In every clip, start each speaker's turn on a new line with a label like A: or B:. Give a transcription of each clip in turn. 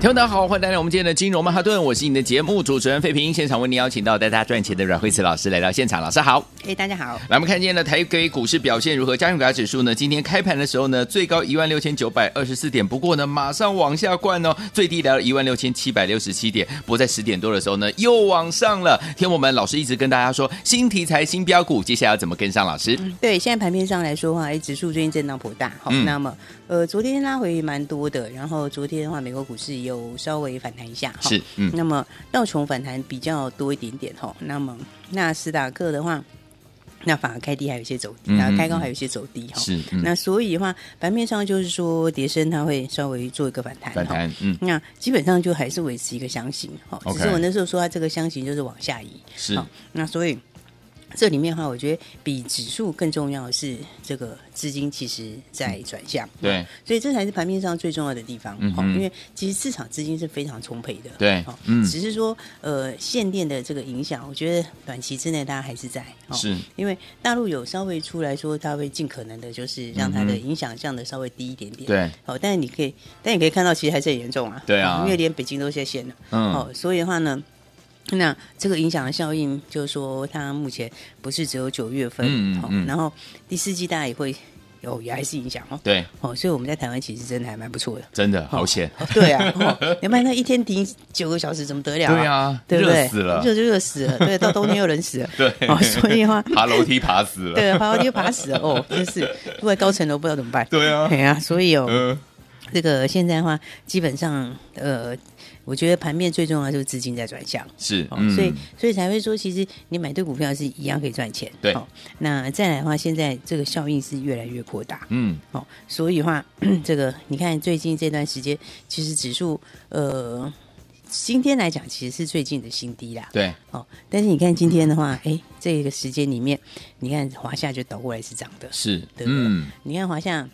A: 听众大家好，欢迎来到我们今天的金融曼哈顿，我是你的节目主持人费平。现场为您邀请到带大家赚钱的阮慧慈老师来到现场，老师好。
B: 哎、大家好。
A: 来，我们看今天的台北股市表现如何？加权股价指数呢？今天开盘的时候呢，最高一万六千九百二十四点，不过呢，马上往下灌哦，最低来到一万六千七百六十七点。不过在十点多的时候呢，又往上了。天我们老师一直跟大家说，新题材、新标股，接下来要怎么跟上？老师，
B: 对，现在盘面上来说的话，哎，指数最近震荡颇大。好，
A: 嗯
B: 那么呃，昨天拉回蛮多的，然后昨天的话，美国股市有稍微反弹一下。哈
A: 是，嗯，
B: 那么道琼反弹比较多一点点哈。那么纳斯达克的话，那反而开低还有一些走低，
A: 嗯
B: 然后开高还有一些走低哈。
A: 是，嗯，
B: 那所以的话，盘面上就是说，跌升它会稍微做一个反弹。
A: 反
B: 哈
A: 弹，嗯，
B: 那基本上就还是维持一个箱型哈。只
A: OK
B: 是我那时候说它这个箱型就是往下移。
A: 是
B: 好，那所以这里面的话，我觉得比指数更重要的是这个资金其实在转向，
A: 嗯
B: 哦
A: 对，
B: 所以这才是盘面上最重要的地方。
A: 嗯
B: 好
A: 哼
B: 因为其实市场资金是非常充沛的，
A: 对
B: 好
A: 嗯
B: 只是说呃限电的这个影响，我觉得短期之内大家还是在，哦
A: 是，
B: 因为大陆有稍微出来说，它会尽可能的就是让它的影响降的稍微低一点点，
A: 嗯对，
B: 好，但是你可以，但你可以看到，其实还是很严重啊。
A: 对啊
B: 因为连北京都下线了。
A: 嗯
B: 哦，所以的话呢，那这个影响的效应，就是说它目前不是只有九月份，
A: 嗯嗯
B: 哦
A: 嗯
B: 然后第四季大家也会有也还是影响哦。
A: 对，
B: 哦，所以我们在台湾其实真的还蛮不 错的。
A: 真的好险，
B: 哦对啊，哦，你们那一天停九个小时怎么得了、
A: 对啊
B: 对不对？
A: 热死了
B: 热就热死了，对，到冬天又
A: 。
B: 冷死了
A: 对
B: 哦，所以的话，
A: 爬楼梯爬死了，
B: 对，爬楼梯又爬死了哦，真是，住在高层楼不知道怎么办。
A: 对啊
B: 对啊，所以哦，
A: 嗯，
B: 这个现在的话，基本上呃，我觉得盘面最重要的就是资金在转向。
A: 是
B: 哦，，
A: 嗯
B: 所以所以才会说，其实你买对股票是一样可以赚钱。
A: 对
B: 哦，那再来的话，现在这个效应是越来越扩大。
A: 嗯，
B: 哦，所以的话，这个你看最近这段时间，其实指数呃，今天来讲其实是最近的新低啦。
A: 对，
B: 哦，但是你看今天的话，哎，这个时间里面，你看华夏就倒过来是涨的，
A: 是，
B: 对不对
A: 嗯，
B: 你看华夏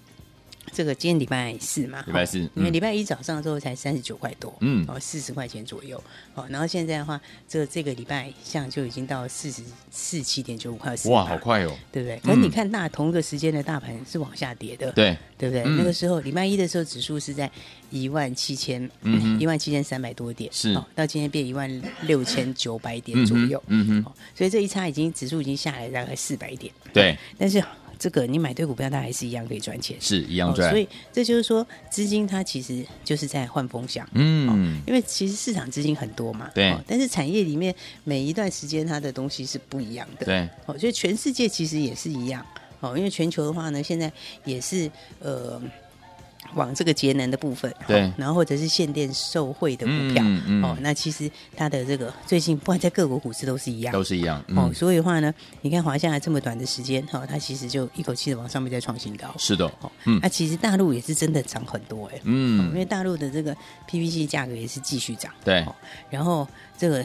B: 这个今天礼拜四嘛，
A: 礼拜四
B: 哦因为
A: 嗯
B: 礼拜一早上之后才三十九块多，
A: 嗯
B: 哦，四十块钱左右，哦，然后现在的话，这这个礼拜像就已经到四十四七点九五块，
A: 哇，好，快哦，
B: 对不对？可是你看大同一个时间的大盘是往下跌的，。
A: 对，
B: 对不对？
A: 嗯
B: 那个时候礼拜一的时候，指数是在一万七千
A: 嗯哼，
B: 一万七千三百多点，
A: 是
B: 哦，到今天变一万六千九百点
A: 嗯
B: 左
A: 哼
B: 右，
A: 嗯哼
B: 哦，所以这一差已经指数已经下来大概四百点，
A: 对，
B: 但是这个你买对股票，它还是一样可以赚钱。
A: 是一样赚，
B: 哦所以这就是说，资金它其实就是在换风向。
A: 嗯，
B: 因为其实市场资金很多嘛，哦
A: 对
B: 但是产业里面每一段时间它的东西是不一样的，
A: 对，
B: 哦，所以全世界其实也是一样，哦，因为全球的话呢，现在也是呃往这个节能的部分，哦
A: 对
B: 然后或者是限电受惠的股票，
A: 嗯嗯
B: 哦，那其实它的这个最近不管在各国股市都是一样，
A: 都是一样，
B: 哦
A: 嗯，，
B: 所以的话呢，你看华夏这么短的时间，哈、哦，它其实就一口气的往上面再创新高。
A: 是的
B: 哦，，那、
A: 嗯
B: 其实大陆也是真的涨很多哎、因
A: 嗯，
B: 为大陆的这个 PVC 价格也是继续涨，
A: 对
B: 哦然后这个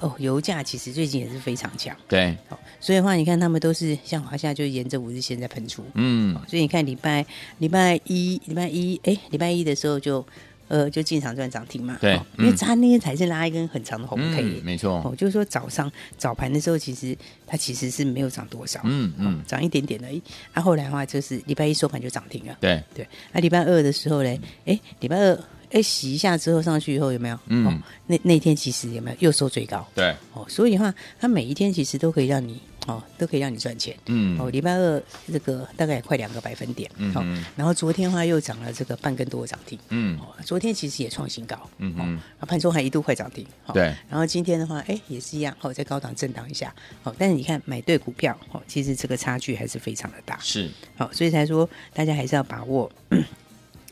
B: 哦，油价其实最近也是非常强，
A: 对，
B: 哦，所以的话，你看他们都是像华夏就沿着五日线在喷出，
A: 嗯，
B: 所以你看礼拜礼拜一礼拜一哎，礼拜一的时候就呃就进场赚涨停嘛，
A: 对
B: 哦因为
A: 嗯
B: 它那天才是拉一根很长的红 K，、
A: 嗯，没错，
B: 哦，就是说早上早盘的时候，其实它其实是没有涨多少，
A: 嗯嗯
B: 哦涨、一点点而已。啊，后来的话就是礼拜一收盘就涨停了，
A: 对，
B: 对。啊，礼拜二的时候嘞，哎、礼拜二哎洗一下之后上去以后有没有？
A: 嗯
B: 那那天其实有没有又收最高？
A: 对，
B: 哦，所以的话，它每一天其实都可以让你哦，都可以让你赚钱。
A: 嗯
B: 哦，礼拜二这个大概也快两个百分点，
A: 嗯
B: 好、
A: 哼
B: 然后昨天的话又涨了这个半根多的涨停，
A: 嗯
B: 哦，昨天其实也创新高，
A: 嗯哼
B: 哦，啊盘中还一度快涨停，哦
A: 对
B: 然后今天的话，哎，也是一样，哦，在高档震荡一下，哦，但是你看买对股票，哦，其实这个差距还是非常的大，
A: 是，
B: 好、所以才说大家还是要把握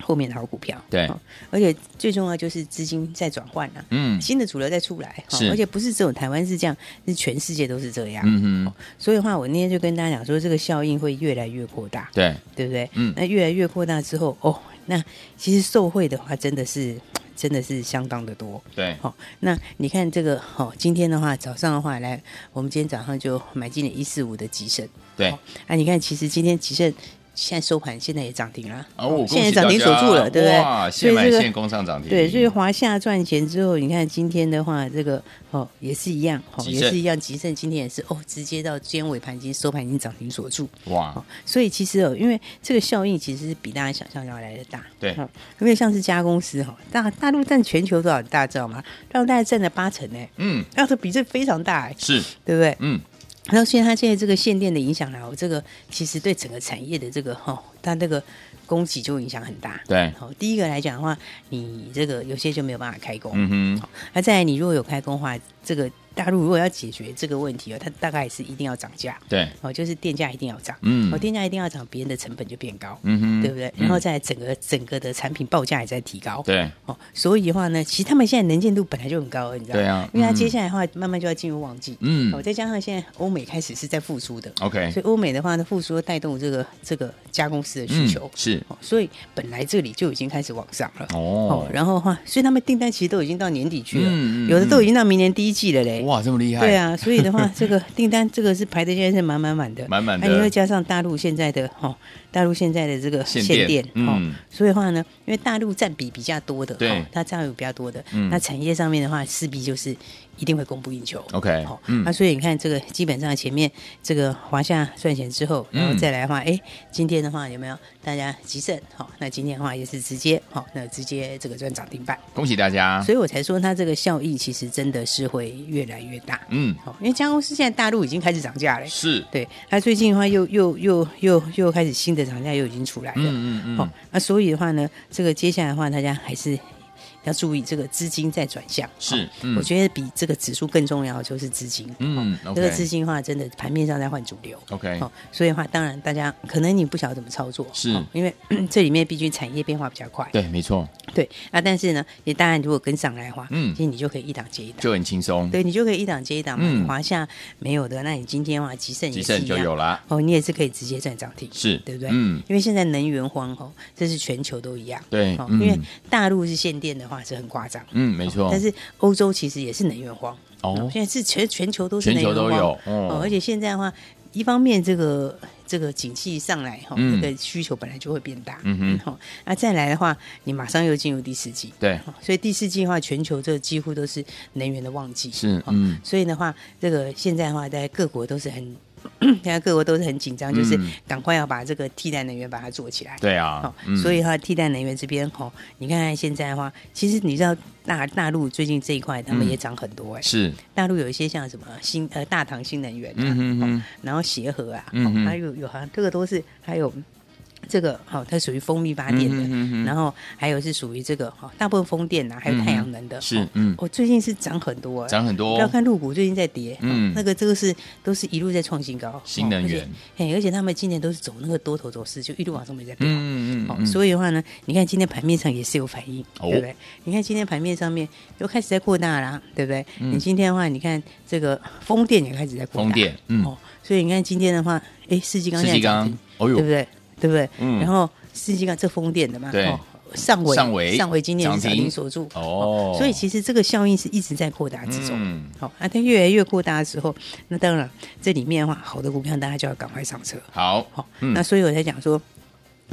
B: 后面的好股票，
A: 对
B: 哦而且最重要就是资金在转换啊，
A: 嗯
B: 新的主流在出来，哦
A: 是
B: 而且不是只有台湾是这样，是全世界都是这样，
A: 嗯哼，
B: 所以的话，我那天就跟大家讲说，这个效应会越来越扩大，
A: 对，
B: 对不对？
A: 嗯
B: 那越来越扩大之后，哦，那其实受惠的话，真的是真的是相当的多。
A: 对，哦
B: 好、那你看这个，好、今天的话，早上的话来，我们今天早上就买进了一四五的吉盛。
A: 对
B: 好，啊，你看，其实今天吉盛现在收盘，现在也涨停了，
A: 哦，我
B: 现在
A: 恭喜大
B: 涨停
A: 家
B: 锁住了，对不
A: 哇，
B: 对？
A: 现买
B: 这个
A: 现攻上涨停，
B: 对，所以华夏赚钱之后，你看今天的话，这个哦也是一样，哦
A: 极
B: 也
A: 盛
B: 是一样，吉盛今天也是哦，直接到今天尾盘已经收盘已经涨停锁住，
A: 哇，
B: 所以其实哦，因为这个效应其实是比大家想象要来的大，
A: 对
B: 哦因为像是家公司哈、哦，大大陆占全球多少，大家知道吗？大陆大概占了八成呢，
A: 嗯，
B: 那这比这非常大哎，
A: 是，
B: 对不对？
A: 嗯，
B: 然后现在它现在这个限电的影响呢，我这个其实对整个产业的这个哈、哦，它这个供给就影响很大。
A: 对，
B: 好，第一个来讲的话，你这个有些就没有办法开工。
A: 嗯哼，
B: 那再来，你如果有开工的话，这个大陆如果要解决这个问题哦，它大概是一定要涨价
A: 对，
B: 哦，就是电价一定要涨，
A: 嗯
B: 哦，电价一定要涨，别人的成本就变高，
A: 嗯哼，
B: 对不对？然后再来整个整个的产品报价也在提高，
A: 对，
B: 哦，所以的话呢，其实他们现在能见度本来就很高了，你知道吗？
A: 对啊
B: 因为它
A: 嗯
B: 接下来的话，慢慢就要进入旺季，
A: 嗯
B: 哦，再加上现在欧美开始是在复苏的，
A: ，OK，
B: 所以欧美的话呢，复苏带动这个这个加工式的需求，
A: 嗯是，
B: 哦，所以本来这里就已经开始往上了。哦
A: 哦，，
B: 然后的话，所以他们订单其实都已经到年底去了，
A: 嗯嗯
B: 有的都已经到明年第一季了嘞。
A: 哇，这么厉害，
B: 对，啊，所以的话，这个订单这个是排的现在是满满满的，
A: 满满的
B: 那因为加上大陆现在的哈、哦，大陆现在的这个
A: 限电
B: 限电，哦
A: 嗯
B: 所以的话呢，因为大陆占比比较多的，
A: 对
B: 哦它占有比较多的，
A: 嗯
B: 那产业上面的话，势必就是一定会供不应求。
A: OK，
B: 好、
A: 嗯
B: 那所以你看，这个基本上前面这个华夏赚钱之后，然后
A: 嗯
B: 再来的话，哎、今天的话有没有大家急胜？好、那今天的话也是直接，好、那直接这个赚涨停板，
A: 恭喜大家，
B: 所以我才说它这个效益其实真的是会越来越大。
A: 嗯，
B: 好、因为家公司现在大陆已经开始涨价了，
A: 是，
B: 对，它最近的话又又又又又开始新的涨价又已经出来了，
A: 嗯嗯
B: 好
A: 嗯，，
B: 那所以的话呢，这个接下来的话，大家还是要注意这个资金在转向。
A: 是
B: 好
A: 嗯
B: 我觉得比这个指数更重要的就是资金。
A: 嗯
B: 好这个
A: OK
B: 资金的话，真的盘面上在换主流。
A: OK
B: 好，所以的话，当然大家可能你不晓得怎么操作，
A: 是
B: 好因为 这里面毕竟产业变化比较快。
A: 对，没错，
B: 对，那但是呢，你当然如果跟上来的话，
A: 嗯
B: 其实你就可以一档接一档。
A: 就很轻松，
B: 对你就可以一档接一档嘛，
A: 嗯
B: 你华夏没有的，那你今天的话，吉盛
A: 极
B: 也是
A: 盛
B: 一
A: 就
B: 样，
A: 有啦，
B: 哦，你也是可以直接赚涨停，
A: 是
B: 对不对？
A: 嗯，
B: 因为现在能源荒哦，这是全球都一样，
A: 对
B: 哦，
A: 嗯
B: 因为大陆是限电的话是很夸张，
A: 嗯，没错，
B: 但是欧洲其实也是能源荒，
A: 哦
B: 现在是全全球都是能
A: 全球
B: 源
A: 都
B: 荒，
A: 有哦
B: 哦，而且现在的话，一方面这个这个景气上来哈，
A: 嗯
B: 这个需求本来就会变大，
A: 嗯哼
B: 好，那再来的话，你马上又进入第四季，
A: 对，
B: 哦所以第四季的话，全球这几乎都是能源的旺季。
A: 是
B: 哦
A: 嗯
B: 所以的话，这个现在的话，在各国都是很， 现在各国都是很紧张，就是
A: 嗯
B: 赶快要把这个替代能源把它做起来。
A: 对
B: 哦
A: 啊，嗯
B: 所以的话，替代能源这边哦，你看看现在的话，其实你知道大大陆最近这一块他们
A: 嗯
B: 也涨很多哎、
A: 是，
B: 大陆有一些像什么新呃大唐新能源、啊，
A: 嗯哼哼
B: 哦然后协和啊，
A: 嗯哼
B: 哦还有有好像这个都是还有这个好、哦，它属于风力发电的，
A: 嗯哼哼哼
B: 然后还有是属于这个好、哦，大部分风电呐、啊，还有太阳能的，
A: 是
B: 哦
A: 嗯
B: 哦，最近是涨很多、啊，
A: 涨很
B: 不
A: 多
B: 要，看入股最近在跌，
A: 哦嗯
B: 嗯，那个这个是都是一路在创新高，
A: 新能源
B: 哦，而且嘿而且他们今年都是走那个多头走势，就一路往上面在飙。
A: 嗯嗯
B: 哦
A: 嗯，，
B: 所以的话呢，你看今天盘面上也是有反应，
A: 哦
B: 对不对？你看今天盘面上面又开始在扩大啦，对不对？你今天的话，你看这个风电也开始在扩大，
A: 嗯风电嗯
B: 哦，所以你看今天的话，哎，世纪刚
A: 世
B: 现在
A: 纪
B: 涨
A: 刚
B: 停，，
A: 哦
B: 对不
A: 呦，
B: 对？对不对？
A: 嗯
B: 然后世纪刚这风电的嘛，
A: 对
B: 哦上尾
A: 上尾
B: 上尾今年是
A: 涨
B: 涨
A: 停
B: 停锁住，
A: 哦
B: 所以其实这个效应是一直在扩大之中。
A: 嗯，
B: 好、那它越来越扩大的时候，那当然这里面的话，好的股票大家就要赶快上车。
A: 好
B: 好、，
A: 嗯
B: 那所以我才讲说，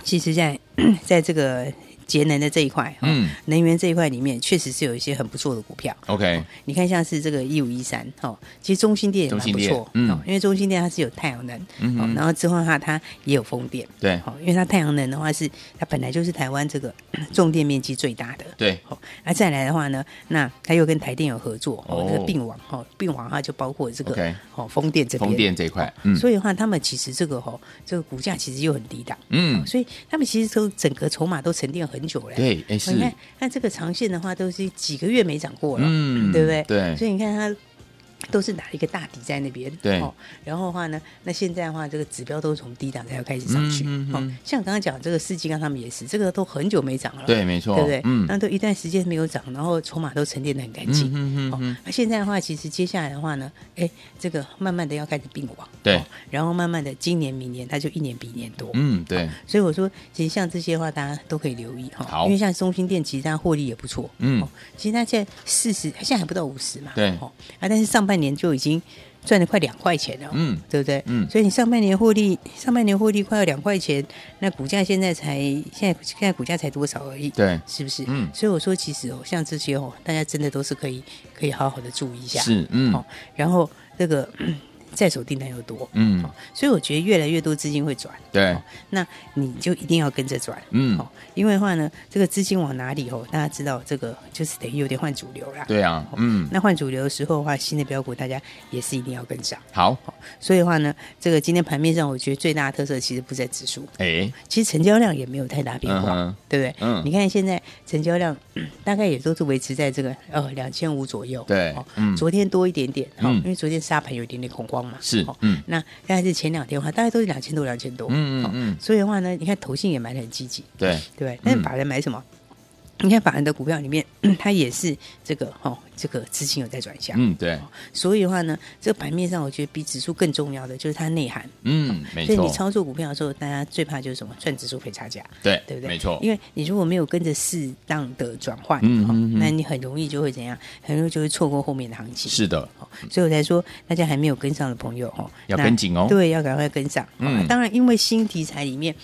B: 其实在在这个节能的这一块，哦
A: 嗯
B: 能源这一块里面，确实是有一些很不错的股票。
A: ，OK，
B: 你看，像是这个一五一三，哦，其实中心哦店也蛮
A: 中心
B: 不
A: 店
B: 错，
A: 嗯
B: 哦因为中心店它是有太阳能，
A: 嗯
B: 哦
A: 哼，
B: 然后之后的话它也有风电，
A: 对
B: 哦，因为它太阳能的话是它本来就是台湾这个 重电面积最大的，
A: 对，
B: 哦，那、再来的话呢，那它又跟台电有合作，哦，
A: 哦
B: 那个并网，哦，并网的话就包括这个
A: OK
B: 哦风电这边，
A: 风电这一块，嗯
B: 所以的话，他们其实这个吼、这个股价其实又很低档，
A: 嗯，
B: 所以他们其实都整个筹码都沉淀很久了。
A: 对哎
B: 哦
A: 是
B: 你看，那这个长线的话都是几个月没涨过了，
A: 嗯
B: 对不对？
A: 对
B: 所以你看它。都是打一个大底在那边。哦
A: 对
B: 然后的话呢，那现在的话，这个指标都是从低档才要开始上去。
A: 嗯嗯嗯
B: 哦，像刚刚讲这个世纪刚他们也是，这个都很久没涨了。
A: 对，没错，
B: 哦对不对？
A: 嗯，
B: 那都一段时间没有涨，然后筹码都沉淀的很干净。
A: 嗯嗯嗯
B: 哦
A: 嗯，
B: 那现在的话，其实接下来的话呢，哎，这个慢慢的要开始并网，
A: 对
B: 哦然后慢慢的今年明年它就一年比一年多。哦
A: 嗯，对，
B: 所以我说，其实像这些话，大家都可以留意哈。
A: 好
B: 因为像中心店，其实它获利也不错。
A: 嗯
B: 哦，其实它现在四十，现在还不到五十嘛。
A: 对
B: 哦，啊，但是上半年就已经赚了快两块钱了。
A: 嗯
B: 对不对？
A: 嗯
B: 所以你上半年获利，上半年获利快要两块钱，那股价现在才现在现在股价才多少而已。
A: 对
B: 是不是？
A: 嗯
B: 所以我说，其实哦，像这些哦，大家真的都是可以可以好好的注意一下。。
A: 是，嗯
B: 哦，然后这个嗯在手订单又多，
A: 嗯，
B: 所以我觉得越来越多资金会转。
A: 对，
B: 那你就一定要跟着转。
A: 嗯
B: 哦，因为的话呢，这个资金往哪里哦，大家知道这个就是等于有点换主流啦。
A: 对啊，嗯，
B: 那换主流的时候的话，新的标股大家也是一定要跟上。
A: 好，
B: 所以的话呢，这个今天盘面上，我觉得最大的特色其实不在指数，
A: 哎，
B: 其实成交量也没有啊太大变
A: 嗯
B: 化，
A: 哼，
B: 对不对？
A: 嗯
B: 你看现在成交量 嗯大概也都是维持在这个呃两千五左右。
A: 对
B: 哦
A: 嗯
B: 昨天多一点点，哦
A: 嗯
B: 因为昨天沙盘有一点点恐慌嘛。
A: 是
B: 哦，
A: 嗯，
B: 那大概是前两天的话，大概都是两千多、两千多。
A: 嗯
B: 哦
A: 嗯嗯，
B: 所以的话呢，你看投信也买的很积极，
A: 对，
B: 对不对？但是
A: 嗯
B: 法人买什么？你看法人的股票里面， 它也是这个哦，这个资金有在转向。
A: 嗯对，
B: 所以的话呢，这个盘面上，我觉得比指数更重要的就是它内涵。
A: 嗯，没
B: 所以你
A: 错，
B: 操作股票的时候，大家最怕就是什么赚指数赔差价，
A: 对，
B: 对不对？
A: 没错，
B: 因为你如果没有跟着适当的转换，
A: 嗯
B: 哦
A: 嗯嗯
B: 那你很容易就会怎样？很容易就会错过后面的行情。
A: 是的，
B: 哦，所以我才说，大家还没有跟上的朋友哦，
A: 要
B: 那
A: 跟紧哦
B: 对，要赶快跟上。
A: 嗯
B: 嗯，当然，因为新题材里面。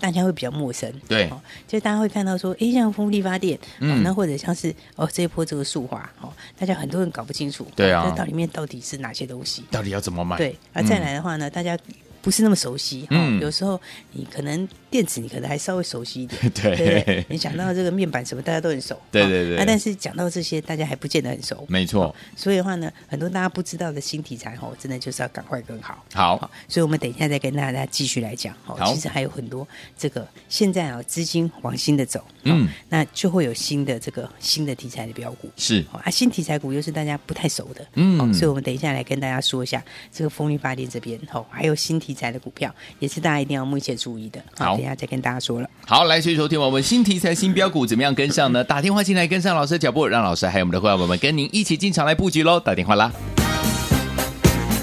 B: 大家会比较陌生，
A: 对
B: 哦，就大家会看到说，诶，像风力发电，哦
A: 嗯，
B: 那或者像是哦这一波这个塑化，哦，大家很多人搞不清楚，
A: 对啊
B: 哦这到里面到底是哪些东西？
A: 到底要怎么买？
B: 对，啊，
A: 嗯
B: 再来的话呢，大家不是那么熟悉，哦
A: 嗯
B: 有时候你可能电子你可能还稍微熟悉一 点，
A: 对
B: 对不对，你讲到这个面板什么，大家都很熟，
A: 对
B: 哦
A: 对对
B: 啊，但是讲到这些，大家还不见得很熟，
A: 没错，
B: 所以的话呢，很多大家不知道的新题材哦，真的就是要赶快跟好。哦
A: 好，
B: 所以我们等一下再跟大家继续来讲哦
A: 好。
B: 其实还有很多这个现在啊、资金往新的走，哦
A: 嗯，
B: 那就会有新的这个新的题材的标股。
A: 是，
B: 哦啊，新题材股又是大家不太熟的，
A: 嗯
B: 哦所以我们等一下来跟大家说一下这个风力发电这边哦，还有新题材的股票，也是大家一定要密切注意的。哦
A: 好
B: 等一下再跟大家说了。
A: 好，来，所以昨天我们新题材、新标股怎么样跟上 呢？打电话进来跟上老师的脚步，让老师还有我们的会员们跟您一起进场来布局喽，打电话啦。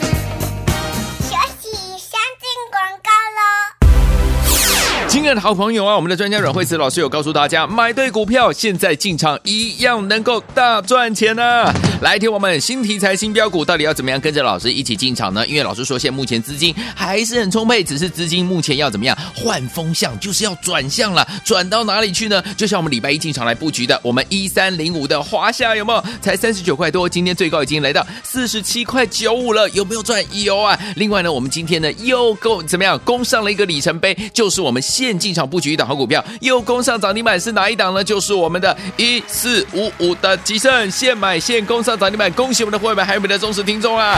C: 学习先进广告喽。
A: 亲爱的好朋友啊，我们的专家阮慧慈老师有告诉大家，买对股票，现在进场一样能够大赚钱呢、来，听我们新题材、新标股，到底要怎么样跟着老师一起进场呢？因为老师说，现在目前资金还是很充沛，只是资金目前要怎么样换风向，就是要转向了，转到哪里去呢？就像我们礼拜一进场来布局的，我们一三零五的华夏有没有？才三十九块多，今天最高已经来到四十七块九五了，有没有赚？有啊！另外呢，我们今天呢又够怎么样攻上了一个里程碑，就是我们现进场布局一档好股票，又攻上涨停板是哪一档呢？就是我们的一四五五的吉盛，现买现攻上涨停板，恭喜我们的会员还有我们的忠实听众啊！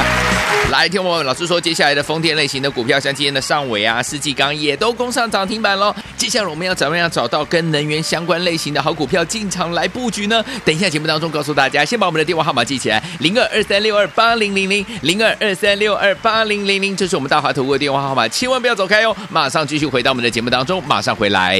A: 来，听我们老师说，接下来的风电类型的股票，像今天的上尾啊、世纪钢也都攻上涨停板喽。接下来我们要怎么样找到跟能源相关类型的好股票进场来布局呢？等一下节目当中告诉大家，先把我们的电话号码记起来：零二二三六二八零零零零二二三六二八零零零，这是我们大华投顾的电话号码，千万不要走开哦！马上继续回到我们的节目当中，马上回来。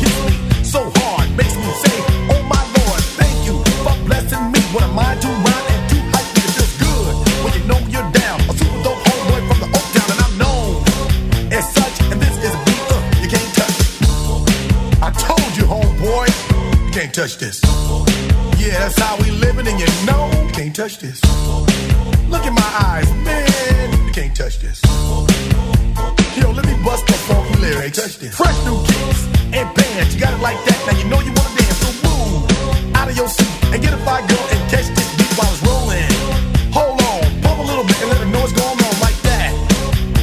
D: hits me so hard, makes me say, Oh my Lord, thank you for blessing me. What am I to mine and too hype me? It feels good when you know you're down. A super dope homeboy from the Oak Town, and I'm known as such. And this is a beat up you can't touch. I told you, homeboy,
E: You can't touch this.
D: yeah, that's how we living, and you know.
E: You can't touch this.
D: Look in my eyes, man.
E: You can't touch this.
D: Yo, let me bust the funky lyrics.
E: Touch this.
D: Fresh new kicks and bands. You got it like that. Now you know you wanna dance. So move out of your seat and get a fire girl and catch this beat while it's rolling. Hold on, pump a little bit and let the noise go on like that,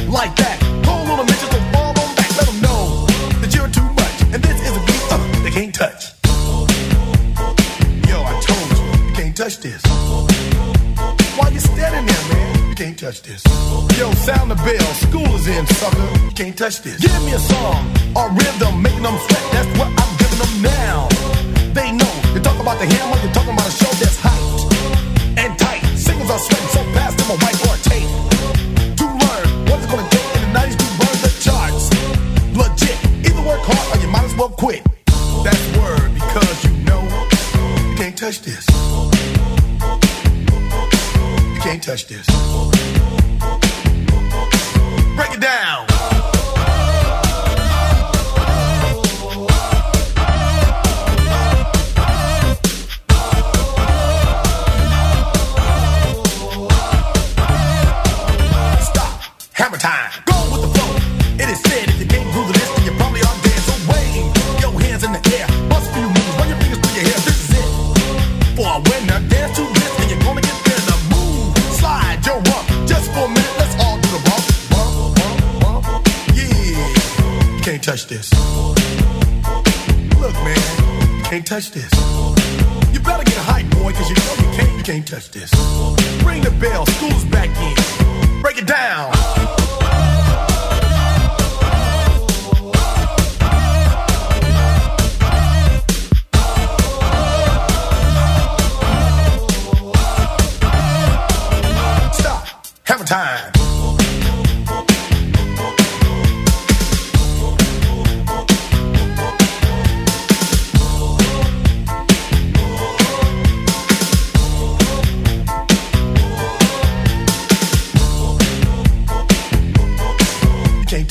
D: like that. Pull little midgets and fall on back. Let 'em know that you're too much and this is a beat uh, they can't touch.
E: Yo, I told you, you can't touch this.
D: Why you standing there, man?
E: You can't touch this.
D: Yo, sound the bell. School is in, sucker.
E: You can't touch this.
D: Give me a song, a rhythm, making them sweat. That's what I'm giving them now. They know you talk about the hammer, you're talking about a show that's hyped and tight. Singles are sweating so fast, them a white or tape. To learn what it's gonna take in the 90s to burn the charts. Legit, either work hard or you might as well quit. That's word because you know
E: You can't touch this. You can't touch this.
D: break it down. Stop. Hammer time. Go with the flow. It is said if you can't groove to this, then you probably are dead. So wave your hands in the air. Bust a few moves. Run your fingers through your hair. This is it. For a winner, dance to this, and you're gonna get there. Now move. Slide your rump. Just for a minute, let's all do the bump. Bump, bump, bump. Yeah.
E: You can't touch this.
D: Look, man.
E: You can't touch this.
D: You better get hype, boy, cause you know you can't.
E: You can't touch this.
D: Ring the bell, school's back in. Break it down. Stop. Hammer time.
E: You can't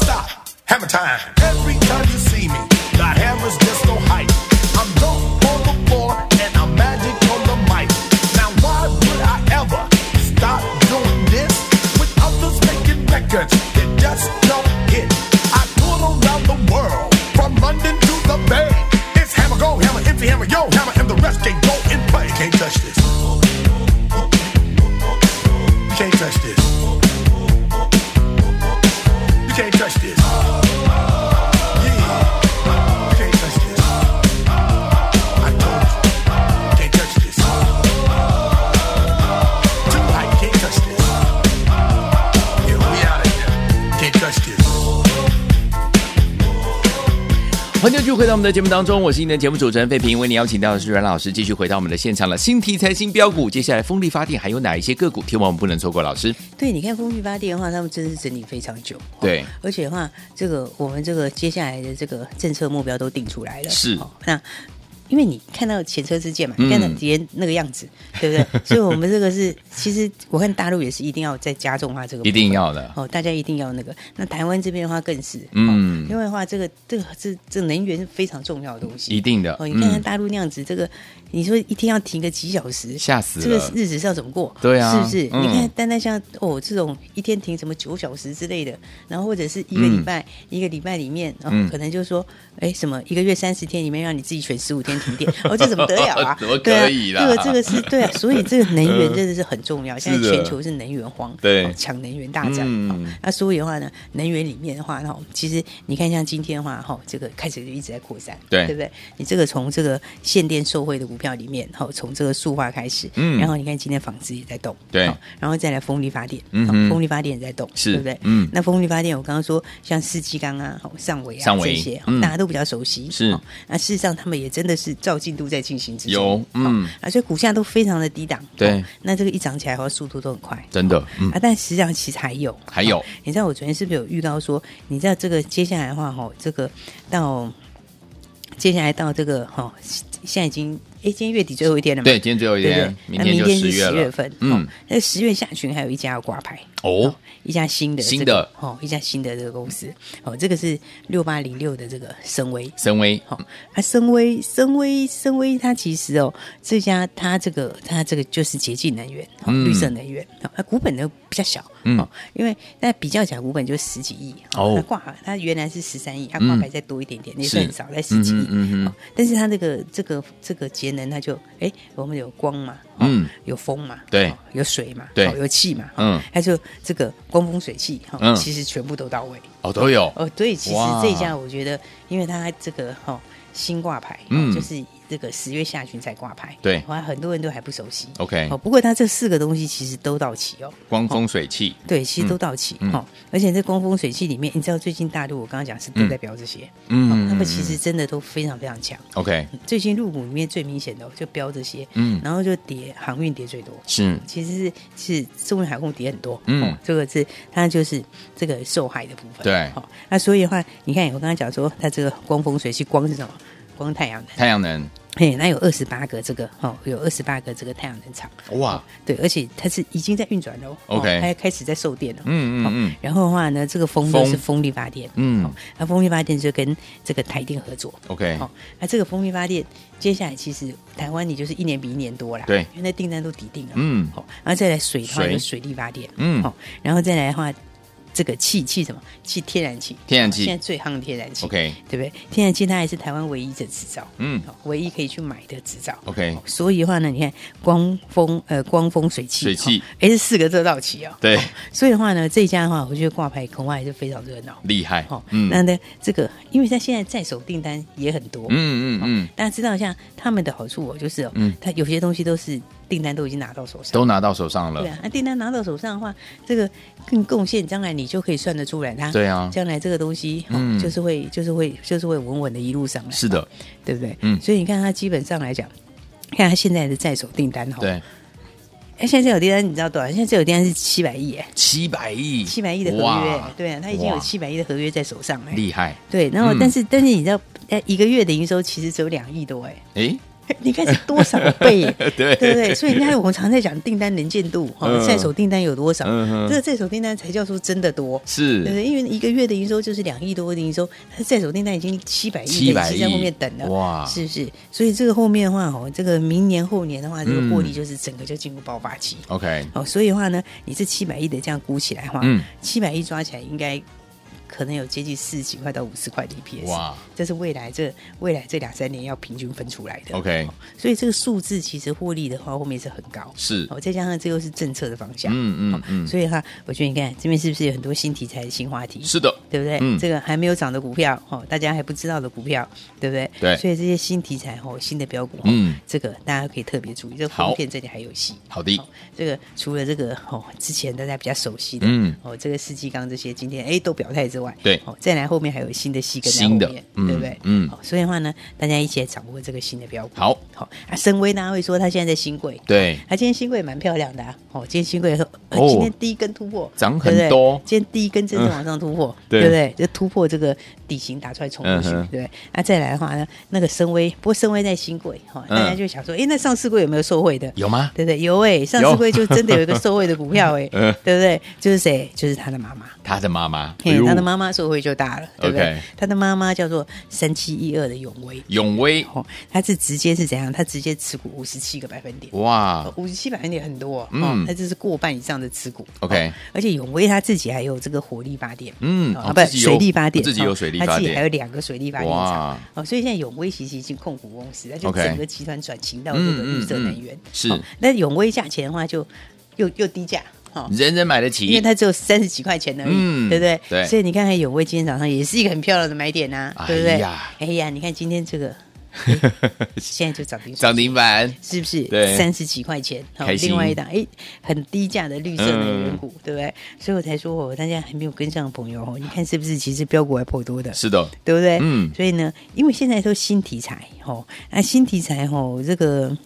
D: Stop. Hammer time. Every time you see me, the hammer's just no hype. I'm dope on the floor and I'm magic on the mic. Now why would I ever stop doing this? With others making records that just don't hit. I toured around the world, from London to the Bay. It's hammer, go hammer, empty hammer, yo hammer, and the rest can go and play.
E: You can't touch this. You can't touch this.
D: You can't touch this. Yeah.
E: You can't touch this.
D: I told you.
E: Can't touch this.
D: Too high, can't touch this. Yeah, we out of here. Can't touch this.
A: 欢迎继续回到我们的节目当中，我是您的节目主持人费平，为您邀请到的是阮老师，继续回到我们的现场了。新题材、新标股，接下来风力发电还有哪一些个股，听完我们不能错过。老师，
B: 对，你看风力发电的话，他们真是整理非常久。哦
A: 对
B: 而且的话，这个我们这个接下来的这个政策目标都定出来了。
A: 是嗯
B: 哦那因为你看到前车之鉴嘛，你看到别人那个样子，对不对？所以我们这个是，其实我看大陆也是一定要再加 重它这个部分，
A: 一定要的
B: 哦，大家一定要那个。那台湾这边的话更是，
A: 嗯
B: 哦因为的话这个这个这这能源是非常重要的东西，
A: 一定的
B: 哦，你看看
A: 嗯
B: 大陆那样子，这个你说一天要停个几小时，
A: 吓死
B: 这个
A: 了
B: 日子是要怎么过？
A: 对啊
B: 是不是？
A: 嗯
B: 你看单单像哦这种一天停什么九小时之类的，然后或者是一个礼拜、一个礼拜里面，哦
A: 嗯
B: 可能就说，哎，什么一个月三十天里面让你自己选十五天 停电，哦，这怎么得了啊？
A: 怎么
B: 对啊
A: 可以啦
B: 这个这个是对啊，所以这个能源真的是很重要。现在
A: 是的
B: 全球是能源荒，
A: 对
B: 哦抢能源大战。
A: 嗯
B: 哦那所以的话呢，能源里面的话，哈，其实你看像今天的话，哈，这个开始就一直在扩散，
A: 对
B: 对不对？你这个从这个限电受惠的股票里面，哈，从这个塑化开始，
A: 嗯
B: 然后你看今天纺织也在动，
A: 对
B: 好然后再来风力发电，
A: 嗯
B: 好
A: 哼
B: 风力发电也在动，
A: 是
B: 对不对？
A: 嗯
B: 那风力发电我刚刚说像四季钢啊、好上维啊
A: 上维
B: 这些，
A: 嗯
B: 好大家都比较熟悉，
A: 是
B: 好那事实上他们也真的是照进度在进行之中，
A: 有嗯
B: 好啊，所以股价都非常的低档，
A: 对
B: 好那这个一涨起来的话，速度都很快，
A: 真的，嗯
B: 啊，但实际上其实还有，
A: 还有
B: 哦你知道我昨天是不是有预告说，你知道这个接下来的话，哈，这个到接下来到这个哈，现在已经哎，今天月底最后一天了嘛，
A: 对，今天最后一
B: 对不对
A: 天，明天
B: 那
A: 就
B: 明
A: 十
B: 是
A: 月
B: 十月
A: 了，
B: 份，
A: 嗯
B: 嗯，那十月下旬还有一家要挂牌
A: 哦，
B: 一家新的这个
A: 新的
B: 哦，一家新的这个公司哦，这个是六八零六的这个深威。
A: 深威，
B: 好、啊，深威，深威，深威，它其实哦，这家它这个它这个就是洁净能源、哦
A: 嗯
B: 绿色能源，哦它、股本呢比较小，
A: 嗯
B: 哦，因为那比较起来股本就十几亿，
A: 哦
B: 它挂它原来是十三亿，它
A: 嗯
B: 挂牌再多一点点，那也
A: 是
B: 算很少，在十几亿，
A: 嗯哼嗯哼
B: 哦，但是它这个这个这个节能，它就哎，我们有光嘛，哦、
A: 嗯，
B: 有风嘛，
A: 对
B: 哦有水嘛，
A: 对
B: 哦有气嘛，
A: 嗯
B: 嗯，它就这个光风水气，哈、
A: 嗯
B: 其实全部都到位，
A: 哦，都有，
B: 哦，对，其实
A: 哇
B: 这一家我觉得，因为它这个哈、哦、新挂牌，哦
A: 嗯
B: 就是这个十月下旬才挂牌，
A: 对
B: 哇，很多人都还不熟悉。
A: OK
B: 哦，不过它这四个东西其实都到齐哦，
A: 光风水气，
B: 对，其实都到齐
A: 嗯
B: 哦，而且这光风水气里面，你知道最近大陆我刚刚讲是都在标这些，
A: 嗯
B: 哦，他们其实真的都非常非常强。
A: OK，
B: 最近入股里面最明显的哦就标这些，
A: 嗯
B: 然后就跌航运跌最多，
A: 是
B: 其实是是中远海空跌很多，
A: 嗯
B: 哦这个是它就是这个受害的部分，
A: 对
B: 好、那所以的话，你看我刚刚讲说，它这个光风水系光是什么？光太阳能，
A: 太阳能，
B: 嘿，那有二十八个这个哦，有二十八个这个太阳能厂，
A: 哇，
B: 对，而且它是已经在运转喽
A: OK
B: 哦、它开始在售电了，
A: 嗯嗯
B: 好
A: 嗯
B: 然后的话呢，这个风呢
A: 风
B: 是风力发电，
A: 嗯
B: 哦那风力发电就跟这个台电合作，
A: ，OK，
B: 哦，那这个风力发电，接下来其实台湾你就是一年比一年多啦，
A: 对
B: 因为那订单都抵定了，
A: 嗯
B: 好、然后再来水的话
A: 水
B: 有水力发电，
A: 嗯
B: 好、然后再来的话，这个气气什么气天然气，
A: 天然气
B: 哦现在最夯的天然气
A: OK
B: 对不对？天然气它还是台湾唯一的执照，
A: 嗯
B: 哦唯一可以去买的执照
A: OK
B: 哦所以的话呢，你看光风呃光风水气
A: 水气
B: 哦哎、这四个都到齐哦，
A: 对
B: 哦所以的话呢，这一家的话，我觉得挂牌恐怕还是非常热闹。
A: 厉害
B: 好、哦，，
A: 嗯，
B: 那
A: 嗯
B: 呢，这个因为它现在在手订单也很多，
A: 嗯
B: 哦
A: 嗯，
B: 大家知道像他们的好处哦，就是、哦，
A: 嗯
B: 它有些东西都是订单都已经拿到手上，
A: 都拿到手上了
B: 对，啊，那订单拿到手上的话，这个更贡献，将来你就可以算得出来它，
A: 对啊
B: 将来这个东西，哦
A: 嗯
B: 就是会就是会就是会稳稳的一路上来，
A: 是的，
B: 对不对？
A: 嗯
B: 所以你看它基本上来讲。看它现在的在手订单哈，
A: 对，
B: 哎，现在在手订单你知道多少？现在在手订单是七百亿，哎，
A: 七百亿，
B: 七百亿的合约
A: 哇，，
B: 对啊，它已经
A: 哇
B: 有七百亿的合约在手上，哎，
A: 厉害，
B: 对，然后
A: 嗯
B: 但是、但是你知道，哎，一个月的营收其实只有两亿多，哎，
A: 诶，？
B: 你看是多少倍
A: 对
B: 对不对？所以你看，我们常在讲订单能见度，哈、
A: 嗯
B: 在手订单有多少？
A: 嗯哼
B: 这个在手订单才叫做真的多。
A: 是
B: 对不对？因为一个月的营收就是两亿多的营收，它在手订单已经七百亿，
A: 700
B: 已经在后面等了，
A: 亿哇
B: 是不是？所以这个后面的话，哦，这个明年后年的话，这个获
A: 嗯
B: 利就是整个就进入爆发期。
A: ，OK，
B: 哦，所以的话呢，你这七百亿的这样估起来的话
A: 嗯，
B: 七百亿抓起来应该可能有接近四十几块到五十块的 EPS。
A: 哇，
B: 这是未来这未来这两三年要平均分出来的。
A: OK
B: 哦所以这个数字其实获利的话，后面是很高。
A: 是
B: 哦，再加上这又是政策的方向。哦
A: 嗯嗯嗯
B: 所以哈，我觉得你看这边是不是有很多新题材、新话题？
A: 是的，
B: 对不对？
A: 嗯
B: 这个还没有涨的股票，哦，大家还不知道的股票，对不对？
A: 对
B: 所以这些新题材，哦，新的标股，哦
A: 嗯
B: 这个大家可以特别注意。这个
A: 好
B: 风片这里还有戏。
A: 好的
B: 哦，这个除了这个哦，之前大家比较熟悉的，
A: 嗯
B: 哦，这个世纪钢这些，今天哎都表态之外，
A: 对
B: 哦，再来后面还有新的戏跟在后
A: 新的
B: 面
A: 嗯
B: 对不对？
A: 嗯
B: 好，所以的话呢，大家一起来掌握这个新的标股。
A: 好，
B: 好，啊，深威大家会说他现在在新贵，
A: 对，
B: 啊，今天新贵蛮漂亮的啊，哦，今天新贵说，呃
A: 哦
B: 今天第一根突破，
A: 涨
B: 对不对
A: 很多嗯
B: 今天第一根真正往上突破，
A: 对
B: 对不对？就突破这个底型打出来冲出去，
A: 嗯哼
B: 对不对？那再来的话呢，那个深威，不过深威在新贵哈，
A: 嗯
B: 大家就想说，诶，那上市贵有没有受惠的？
A: 有吗？
B: 对不对？有哎、上
A: 有
B: 市贵就真的有一个受惠的股票哎、
A: 嗯
B: 对不对？就是谁？就是他的妈妈，
A: 他的妈妈，哎
B: 嘿
A: 呦，
B: 他的妈妈受惠就大了，对不对
A: OK？
B: 他的妈妈叫做三七一二的永威，
A: 永威，
B: 哦，他是直接是怎样？他直接持股五十七个百分点。
A: 哇
B: 五十七百分点很多、哦，
A: 啊嗯
B: 嗯，那、这是过半以上的持股。哦
A: ，OK，
B: 而且永威他自己还有这个火力发电，
A: 嗯
B: 哦
A: 哦
B: 不
A: 自己有
B: 水力发电，
A: 自己有水力发
B: 哦他自
A: 电
B: 己还有两个水力发电
A: 哇
B: 厂，哦，所以现在永威其实已经控股公司，那就
A: OK
B: 整个集团转型到这个绿色能源
A: 嗯嗯嗯。是
B: 哦那永威价钱的话就又又低价，哦，
A: 人人买得起，
B: 因为它只有三十几块钱而已，
A: 嗯
B: 对不对？
A: 对
B: 所以你看看永威今天早上也是一个很漂亮的买点呐、对不对？
A: 哎呀
B: 哎呀，你看今天这个，哎现在就涨停板
A: 涨停板，
B: 是不是？
A: 对
B: 三十几块钱，好，
A: 开心嗯
B: 另外一档，哎，很低价的绿色能源股，对不对？所以我才说，我大家还没有跟上的朋友，哦，你看是不是？其实标股还颇多的，
A: 是的，
B: 对不对？
A: 嗯
B: 所以呢，因为现在都新题材，哦，那新题材，哦，这个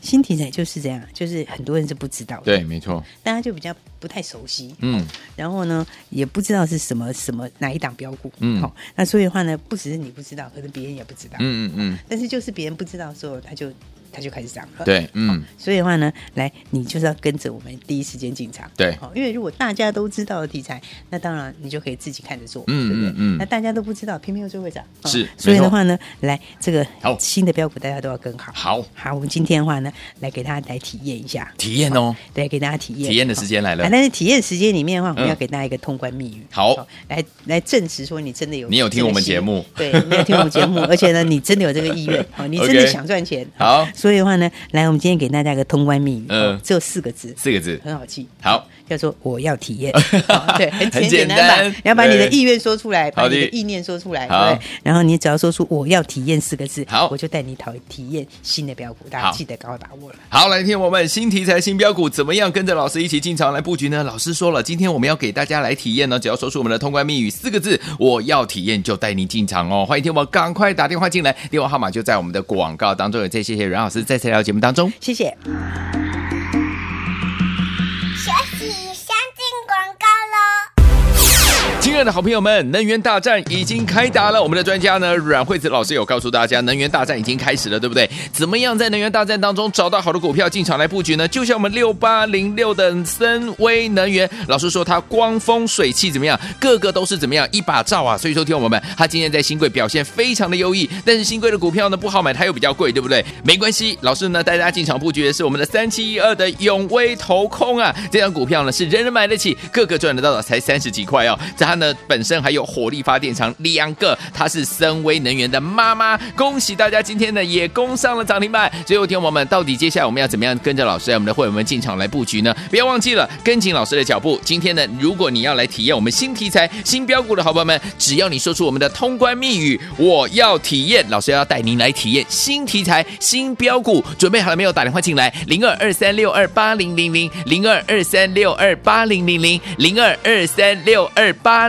B: 新题材就是这样，就是很多人是不知道的，
A: 对，，没错，
B: 大家就比较不太熟悉，
A: 嗯，
B: 然后呢，也不知道是什么什么哪一档标股，
A: 嗯
B: 好，那所以的话呢，不只是你不知道，可能别人也不知道，
A: 嗯嗯嗯，
B: 但是就是别人不知道的时候，他就他就开始涨了，。
A: 对，嗯，
B: 所以的话呢，来，你就是要跟着我们第一时间进场。哦
A: 对
B: 好，因为如果大家都知道的题材，那当然你就可以自己看着做，
A: 嗯
B: 对不对
A: 嗯？嗯
B: 那大家都不知道，偏偏又最会涨，哦
A: 是
B: 所以
A: 没
B: 的
A: 错
B: 话呢，来这个
A: 好
B: 新的标股，大家都要跟好。
A: 好，
B: 好，我们今天的话呢，来给大家来体验一下，
A: 体验哦，
B: 对，给大家体验
A: 体验的时间来
B: 啊
A: 了，
B: 但是体验时间里面的话，我们
A: 嗯
B: 要给大家一个通关密语，
A: 好
B: 来来证实说你真的有
A: 你有听
B: 这个
A: 我们
B: 心
A: 节目
B: 对，你有听我们 节目，而且呢，你真的有这个意愿，哦，你真
A: OK
B: 的想赚钱，
A: 好
B: 所以的话呢，来，我们今天给大家一个通关密语，
A: 嗯
B: 哦只有四个字，
A: 四个字，
B: 很好记，
A: 好，
B: 叫做我要体 验，哦对，很
A: 很
B: 简
A: 简
B: 简单
A: 单
B: 吧，你要把你的
A: 对
B: 意愿说出来，把
A: 好
B: 你的
A: 的
B: 意念说出来，
A: 好
B: 对不对，然后你只要说出我要体验四个字，
A: 好
B: 我就带你讨体验新的标股，大
A: 好
B: 家记得赶快把握了。
A: 好，来听我们新题材、新标股，怎么样跟着老师一起进场来布局呢？老师说了，今天我们要给大家来体验哦呢，只要说出我们的通关密语四个字，我要体验就带您进场哦。欢迎听我们赶快打电话进来，电话号码就在我们的广告当中。也再谢谢阮老师在这条节目当中。
B: 谢谢。
C: 学习先进广告喽。
A: 亲爱的好朋友们，能源大战已经开打了。我们的专家呢，阮惠子老师有告诉大家，能源大战已经开始了，对不对？怎么样在能源大战当中找到好的股票进场来布局呢？就像我们六八零六的森威能源，老师说它光风水气怎么样，个个都是怎么样一把照啊。所以说，听我们，它今天在新贵表现非常的优异，但是新贵的股票呢不好买，它又比较贵，对不对？没关系，老师呢带大家进场布局的是我们的三七一二的永威投控啊，这张股票呢是人人买得起，个个赚得到的，才三十几块哦。它呢本身还有火力发电厂两个，它是森威能源的妈妈。恭喜大家今天呢也攻上了涨停板。所以，听我们到底接下来我们要怎么样跟着老师，我们的会员们进场来布局呢？不要忘记了跟紧老师的脚步。今天呢，如果你要来体验我们新题材、新标股的好朋友们，只要你说出我们的通关密语，我要体验，老师要带您来体验新题材、新标股。准备好了没有？打电话进来，零二二三六二八零零零，零二二三六二八零零零，零二二三六二八